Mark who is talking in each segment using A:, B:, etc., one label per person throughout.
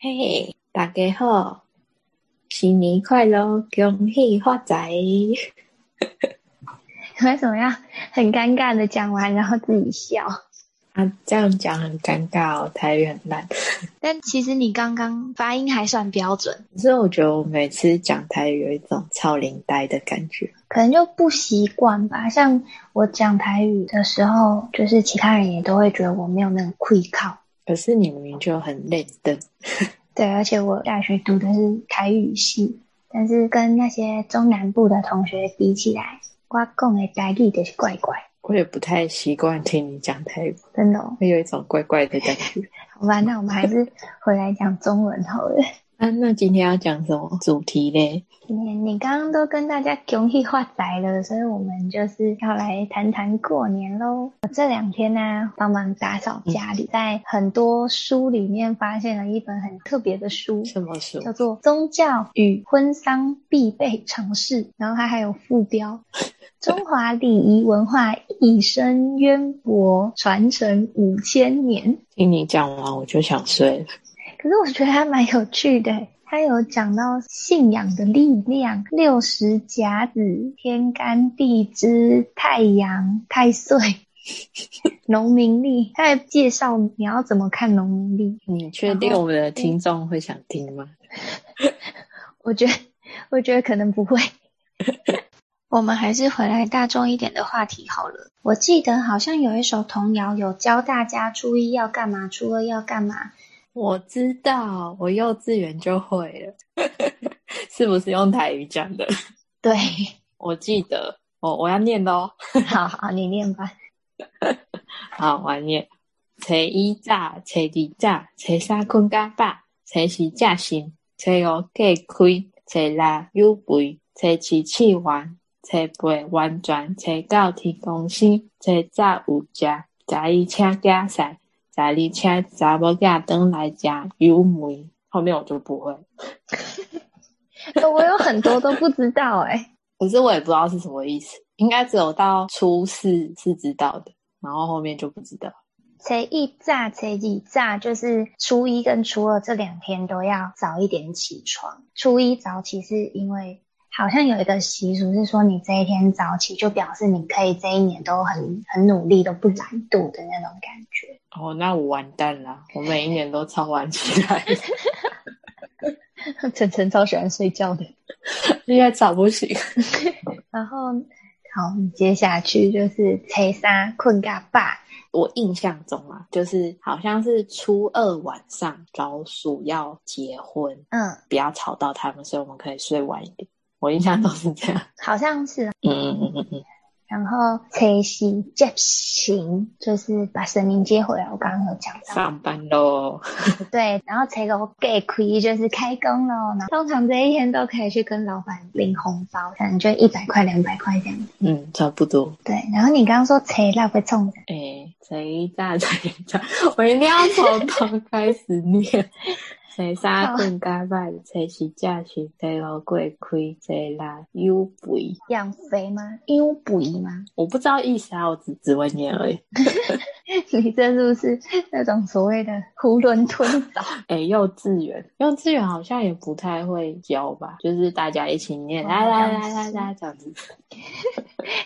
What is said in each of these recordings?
A: 嘿，大家好，新年快乐，恭喜发财！
B: 为什么要很尴尬的讲完，然后自己笑？
A: 啊，这样讲很尴尬哦，台语很烂。
B: 但其实你刚刚发音还算标准，
A: 可是我觉得我每次讲台语有一种超龄呆的感觉。
B: 可能就不习惯吧。像我讲台语的时候，就是其他人也都会觉得我没有那种愧靠。
A: 可是你明明就很累的，
B: 对，而且我大学读的是台语系，但是跟那些中南部的同学比起来，我讲的台语就是怪怪，
A: 我也不太习惯听你讲台语，
B: 真的、哦。
A: 会有一种怪怪的感觉。
B: 好吧，那我们还是回来讲中文好了。
A: 啊，那今天要讲什么主题嘞？
B: 今天你刚刚都跟大家恭喜发财了，所以我们就是要来谈谈过年喽。我这两天呢、帮忙打扫家里，在很多书里面发现了一本很特别的书，
A: 什么书？
B: 叫做《宗教与婚丧必备常识》，然后它还有副标：中华礼仪文化一生渊博，传承五千年。
A: 听你讲完我就想睡了。
B: 可是我觉得还蛮有趣的，它有讲到信仰的力量，六十甲子、天干地支、太阳、太岁、 农民历，它还介绍你要怎么看农民历。
A: 你确定我们的听众会想听吗？
B: 我觉得， 我觉得可能不会。 我们还是回来大众一点的话题好了。我记得好像有一首童谣有教大家初一要干嘛，初二要干嘛。
A: 我知道，我幼稚园就会了， 是不是用台语讲的？
B: 对，
A: 我记得，我我要念哦喽。
B: 好好，你念吧。
A: 好，我念。初一早，初二早，初三困到饱，初四正神，初五隔开，初六有肥，初七试完，初八完全，初九提公司，初十有食，十一请家婿，十二请查某囝转来食油梅。后面我就不会，
B: 我有很多都不知道哎、
A: 可是我也不知道是什么意思，应该只有到初四是知道的，然后后面就不知道。
B: 初一炸，初二炸，就是初一跟初二这两天都要早一点起床。初一早起是因为好像有一个习俗是说，你这一天早起就表示你可以这一年都很很努力，都不懒惰的那种感觉。
A: 哦，那我完蛋了，我每一年都超晚起来，
B: 晨晨超喜欢睡觉的。
A: 现在早不醒。
B: 然后，好，接下去就是初三困嘎爸。
A: 我印象中啊，就是好像是初二晚上，老鼠要结婚，
B: 嗯，
A: 不要吵到他们，所以我们可以睡晚一点。我印象都是这样。
B: 好像是
A: 嗯嗯嗯嗯嗯，
B: 然后崔西接行，就是把神明接回来。我刚刚有讲到，
A: 上班喽。
B: 对。然后崔狗给亏就是开工喽。然后通常这一天都可以去跟老板领红包，可能就一百块、两百块这样。
A: 嗯，差不多。
B: 对。然后你刚刚说崔那会冲的，
A: 哎、谁大 谁大，我一定要从头开始念。 谁三困加拜，谁是假是谁老贵亏，谁啦有肥。
B: 养肥吗？优补仪吗？
A: 我不知道意思啊，我只只会念而已。
B: 你这是不是那种所谓的囫囵吞枣？
A: 哎、幼稚园，幼稚园好像也不太会教吧，就是大家一起念，
B: 哦
A: 来来
B: 这样
A: 来
B: 子
A: 来来这样子。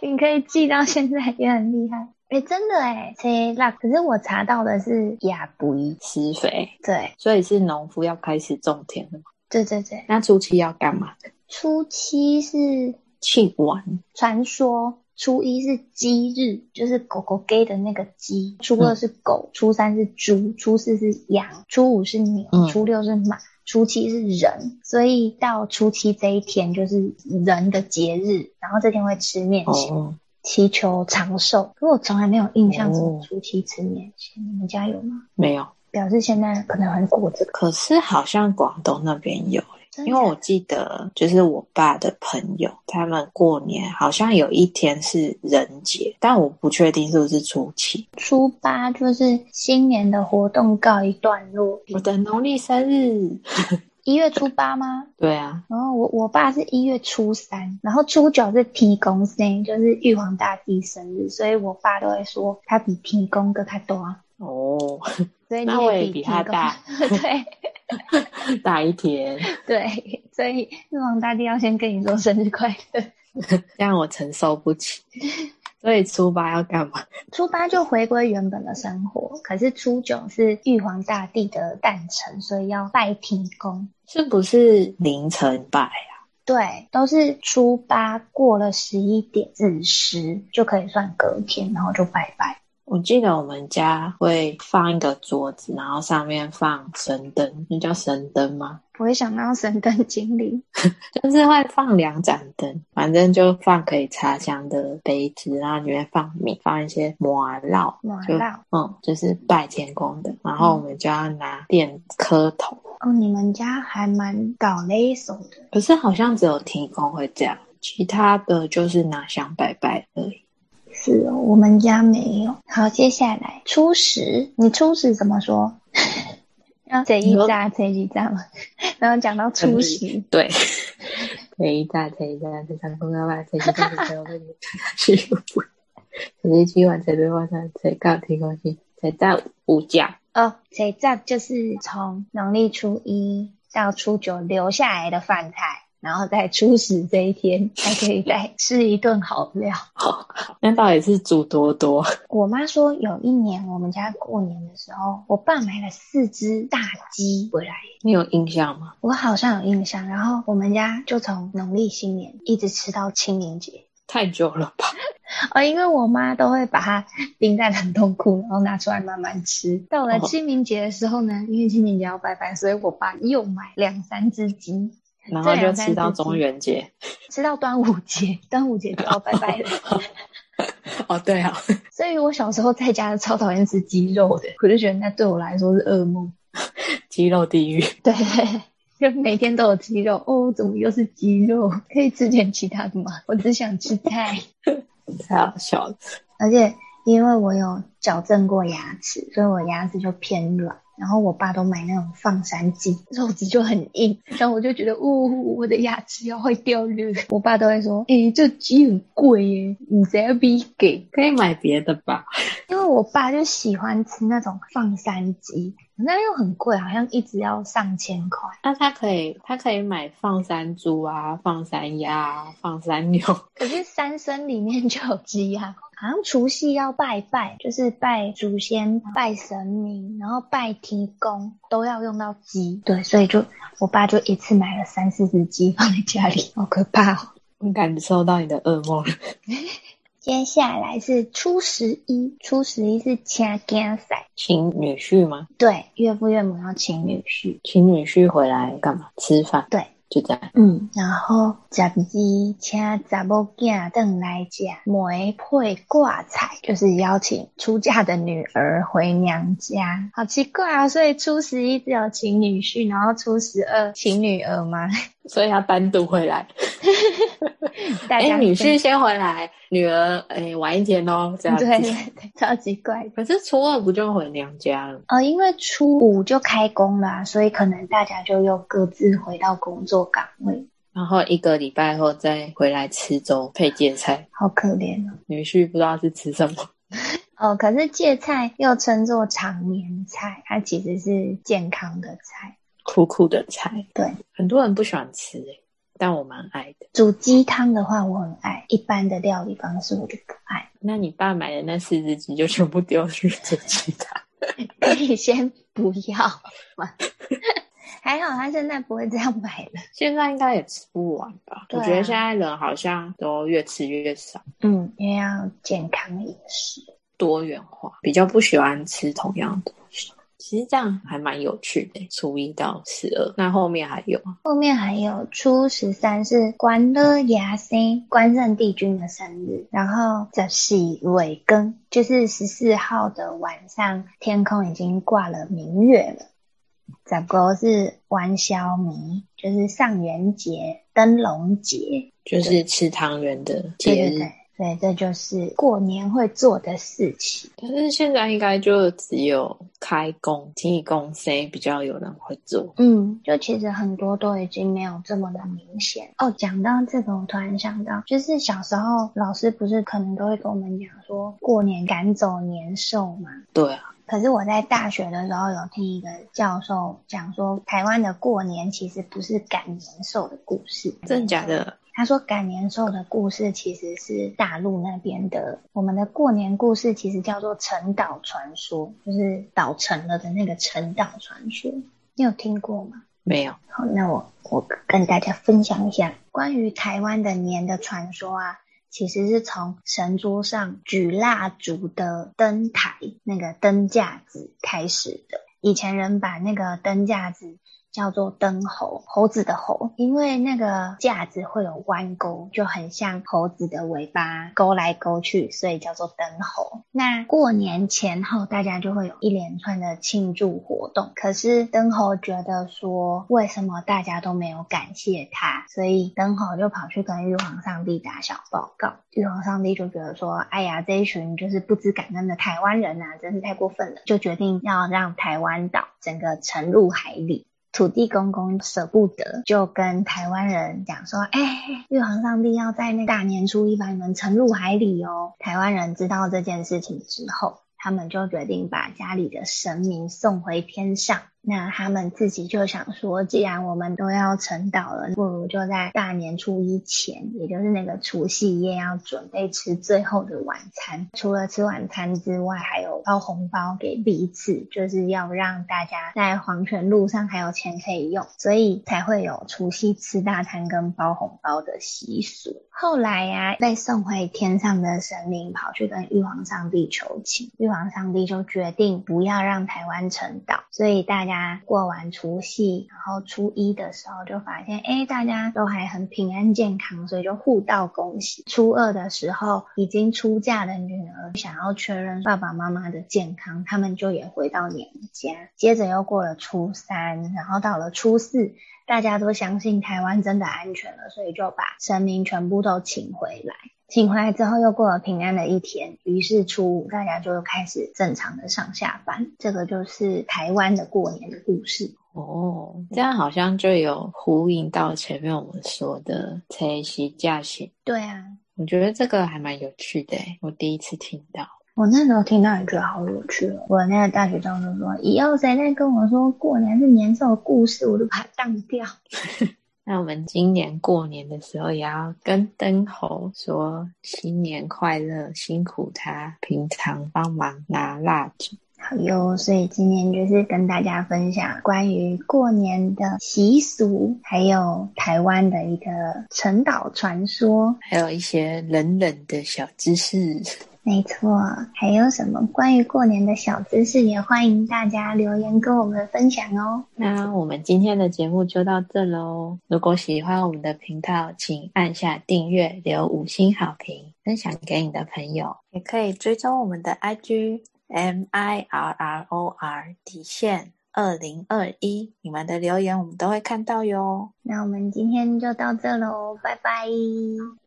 B: 你可以记到现在也很厉害。哎，真的哎，崔那可是我查到的是雅补仪，
A: 施肥，
B: 对
A: 所以是农夫要开始种田了嘛。
B: 对对对。
A: 那初期要干嘛？
B: 初七是
A: 庆完。
B: 传说，初一是鸡日，就是狗狗给的那个鸡；初二是狗，初三是猪，初四是羊，初五是牛
A: 嗯，
B: 初六是马，初七是人。所以到初七这一天就是人的节日，然后这天会吃面线，
A: 哦，
B: 祈求长寿。可我从来没有印象什么
A: 哦
B: 初七吃面线，你们家有吗？
A: 没有。
B: 表示现在可能很过这个，
A: 可是好像广东那边有。因为我记得，就是我爸的朋友，他们过年好像有一天是人节，但我不确定是不是初七。
B: 初八就是新年的活动告一段落，
A: 我的农历生日，
B: 一月初八吗？
A: 对啊，
B: 然后我我爸是一月初三，然后初九是提公生，就是玉皇大帝生日，所以我爸都会说他比提公哥他大，
A: 哦，
B: 所以你
A: 那我也
B: 比
A: 比
B: 提
A: 他
B: 公
A: 大
B: 对，
A: 大一天，
B: 对，所以玉皇大帝要先跟你说生日快乐。
A: 这样我承受不起。所以初八要干嘛？
B: 初八就回归原本的生活，可是初九是玉皇大帝的诞辰，所以要拜天公。
A: 是不是凌晨拜啊？
B: 对，都是初八过了十一点子时就可以算隔天，然后就拜拜。
A: 我记得我们家会放一个桌子，然后上面放神灯，那叫神灯吗？
B: 我会想到神灯精灵，
A: 就是会放两盏灯，反正就放可以插香的杯子，然后里面放米，放一些麻烙，
B: 麻
A: 就
B: 辣
A: 嗯，就是拜天公的。然后我们就要拿电磕头，
B: 哦，你们家还蛮搞勒手的。
A: 可是好像只有天公会这样，其他的就是拿香拜拜而已。
B: 是哦，我们家没有。好，接下来初十，你初十怎么说？ 要这一炸这一炸吗？然后讲到初十，
A: 对，可以大可以大，这三公要拜，这一大这三公是有鬼。可是今晚才被晚上才告天公星，才到五家。
B: 哦，这一炸就是从农历初一到初九留下来的饭菜，然后在初十这一天还可以再吃一顿好料。
A: 那到底是煮多多？
B: 我妈说，有一年我们家过年的时候，我爸买了四只大鸡回来，
A: 你有印象吗？
B: 我好像有印象。然后我们家就从农历新年一直吃到清明节，
A: 太久了 吧？
B: 哦，因为我妈都会把它冰在冷冻库，然后拿出来慢慢吃。到了
A: 哦
B: 清明节的时候呢，因为清明节要拜拜，所以我爸又买两三只鸡，
A: 然后
B: 这
A: 就
B: 两三
A: 吃到
B: 只鸡
A: 中元节。
B: 吃到端午节，端午节就要拜拜了。
A: 哦，对 啊，
B: 所以我小时候在家超讨厌吃鸡肉的，我就觉得那对我来说是噩梦。
A: 鸡肉地狱。
B: 对， 就每天都有鸡肉哦，怎么又是鸡肉？可以吃点其他的吗？我只想吃菜，
A: 太好笑了。
B: 而且因为我有矫正过牙齿，所以我牙齿就偏软。然后我爸都买那种放山鸡，肉质就很硬，然后我就觉得，呜、我的牙齿要坏掉了。我爸都会说，诶、这鸡很贵耶，你谁要逼给？
A: 可以买别的吧？
B: 因为我爸就喜欢吃那种放山鸡，那又很贵，好像一直要上千块。
A: 那他可以，他可以买放山猪啊，放山鸭啊，放山牛。
B: 可是三牲里面就有鸡鸭，好像除夕要拜拜，就是拜祖先、拜神明，然后拜提公，都要用到鸡。对，所以就我爸就一次买了三四只鸡放在家里，好可怕哦。
A: 我感受到你的噩梦了。
B: 接下来是初十一，初十一是掐干赛，
A: 请女婿吗？
B: 对，岳父岳母要请女婿，
A: 请女婿回来干嘛？吃饭。
B: 对，
A: 就这样。
B: 嗯，然后十二请查某囝邓来家媒配挂彩，就是邀请出嫁的女儿回娘家。好奇怪啊！所以初十一只有请女婿，然后初十二请女儿吗？
A: 所以他单独回来。
B: 大
A: 哎、
B: 家
A: 女婿先回来，女儿哎、晚一天哦，这
B: 对
A: 样子。
B: 对对，超级怪的。
A: 可是初二不就回娘家了？
B: 呃，因为初五就开工了、啊，所以可能大家就又各自回到工作岗位，
A: 然后一个礼拜后再回来吃粥配芥菜，
B: 好可怜哦。
A: 女婿不知道是吃什么。
B: 哦，可是芥菜又称作长年菜，它其实是健康的菜。
A: 苦苦的菜，
B: 对，
A: 很多人不喜欢吃、欸，但我蛮爱的。
B: 煮鸡汤的话，我很爱；一般的料理方式，我就不 爱。
A: 那你爸买的那四只鸡就全部丢去煮鸡汤，
B: 可以先不要吗？还好他现在不会这样买了。
A: 现在应该也吃不完吧？
B: 对啊
A: 我觉得现在人好像都越吃越少，
B: 嗯，因为要健康饮食。
A: 多元化，比较不喜欢吃同样的东西。其实这样还蛮有趣的、初一到十二，那后面还有吗
B: 后面还有初十三是关勒牙星关圣帝君的生日，然后这是尾更，就是十四号的晚上，天空已经挂了明月了。这个是玩宵迷，就是上元节、灯笼节，
A: 就是吃汤圆的节
B: 对
A: 日。
B: 对对，所以这就是过年会做的事情。
A: 但是现在应该就只有开工、进公司比较有人会做。
B: 嗯，就其实很多都已经没有这么的明显哦。讲到这个，我突然想到，就是小时候老师不是可能都会跟我们讲说，过年赶走年兽嘛。
A: 对啊，
B: 可是我在大学的时候有听一个教授讲说，台湾的过年其实不是赶年兽的故事，
A: 真的假？的？
B: 他说赶年兽的故事其实是大陆那边的，我们的过年故事其实叫做陈岛传说，就是岛沉了的那个陈岛传说，你有听过吗？
A: 没有，
B: 好，那我我跟大家分享一下关于台湾的年的传说啊，其实是从神桌上举蜡烛的灯台那个灯架子开始的。以前人把那个灯架子叫做灯猴，猴子的猴，因为那个架子会有弯钩，就很像猴子的尾巴勾来勾去，所以叫做灯猴。那过年前后，大家就会有一连串的庆祝活动。可是灯猴觉得说，为什么大家都没有感谢他？所以灯猴就跑去跟玉皇上帝打小报告。玉皇上帝就觉得说，哎呀，这一群就是不知感恩的台湾人啊，真是太过分了，就决定要让台湾岛整个沉入海里。土地公公舍不得，就跟台湾人讲说：“哎，玉皇上帝要在那大年初一把你们沉入海里哦。”台湾人知道这件事情之后，他们就决定把家里的神明送回天上。那他们自己就想说，既然我们都要沉岛了，不如就在大年初一前，也就是那个除夕夜，要准备吃最后的晚餐。除了吃晚餐之外，还有包红包给彼此，就是要让大家在黄泉路上还有钱可以用，所以才会有除夕吃大餐跟包红包的习俗。后来呀、被送回天上的神明跑去跟玉皇上帝求情，玉皇上帝就决定不要让台湾沉岛，所以大家过完除夕，然后初一的时候就发现，哎，大家都还很平安健康，所以就互道恭喜。初二的时候，已经出嫁的女儿想要确认爸爸妈妈的健康，他们就也回到娘家。接着又过了初三，然后到了初四，大家都相信台湾真的安全了，所以就把神明全部都请回来。请回来之后又过了平安的一天，于是初五大家就开始正常的上下班。这个就是台湾的过年的故事。
A: 哦，这样好像就有呼应到前面我们说的“拆西架行
B: 对啊，”，
A: 我觉得这个还蛮有趣的诶，我第一次听到。
B: 我那时候听到也觉得好有趣哦。我那个大学教授说，以后谁再跟我说过年是年兽的故事，我就把它当掉。
A: 那我们今年过年的时候，也要跟灯猴说新年快乐，辛苦他平常帮忙拿蜡烛。
B: 好哟，所以今天就是跟大家分享关于过年的习俗，还有台湾的一个陈岛传说。
A: 还有一些冷冷的小知识。
B: 没错，还有什么关于过年的小知识，也欢迎大家留言跟我们分享哦。
A: 那我们今天的节目就到这喽。如果喜欢我们的频道，请按下订阅，留五星好评，分享给你的朋友，也可以追踪我们的 IG M I R R O R 底线二零二一，你们的留言我们都会看到哟。
B: 那我们今天就到这喽，拜拜。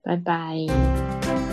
A: 拜拜。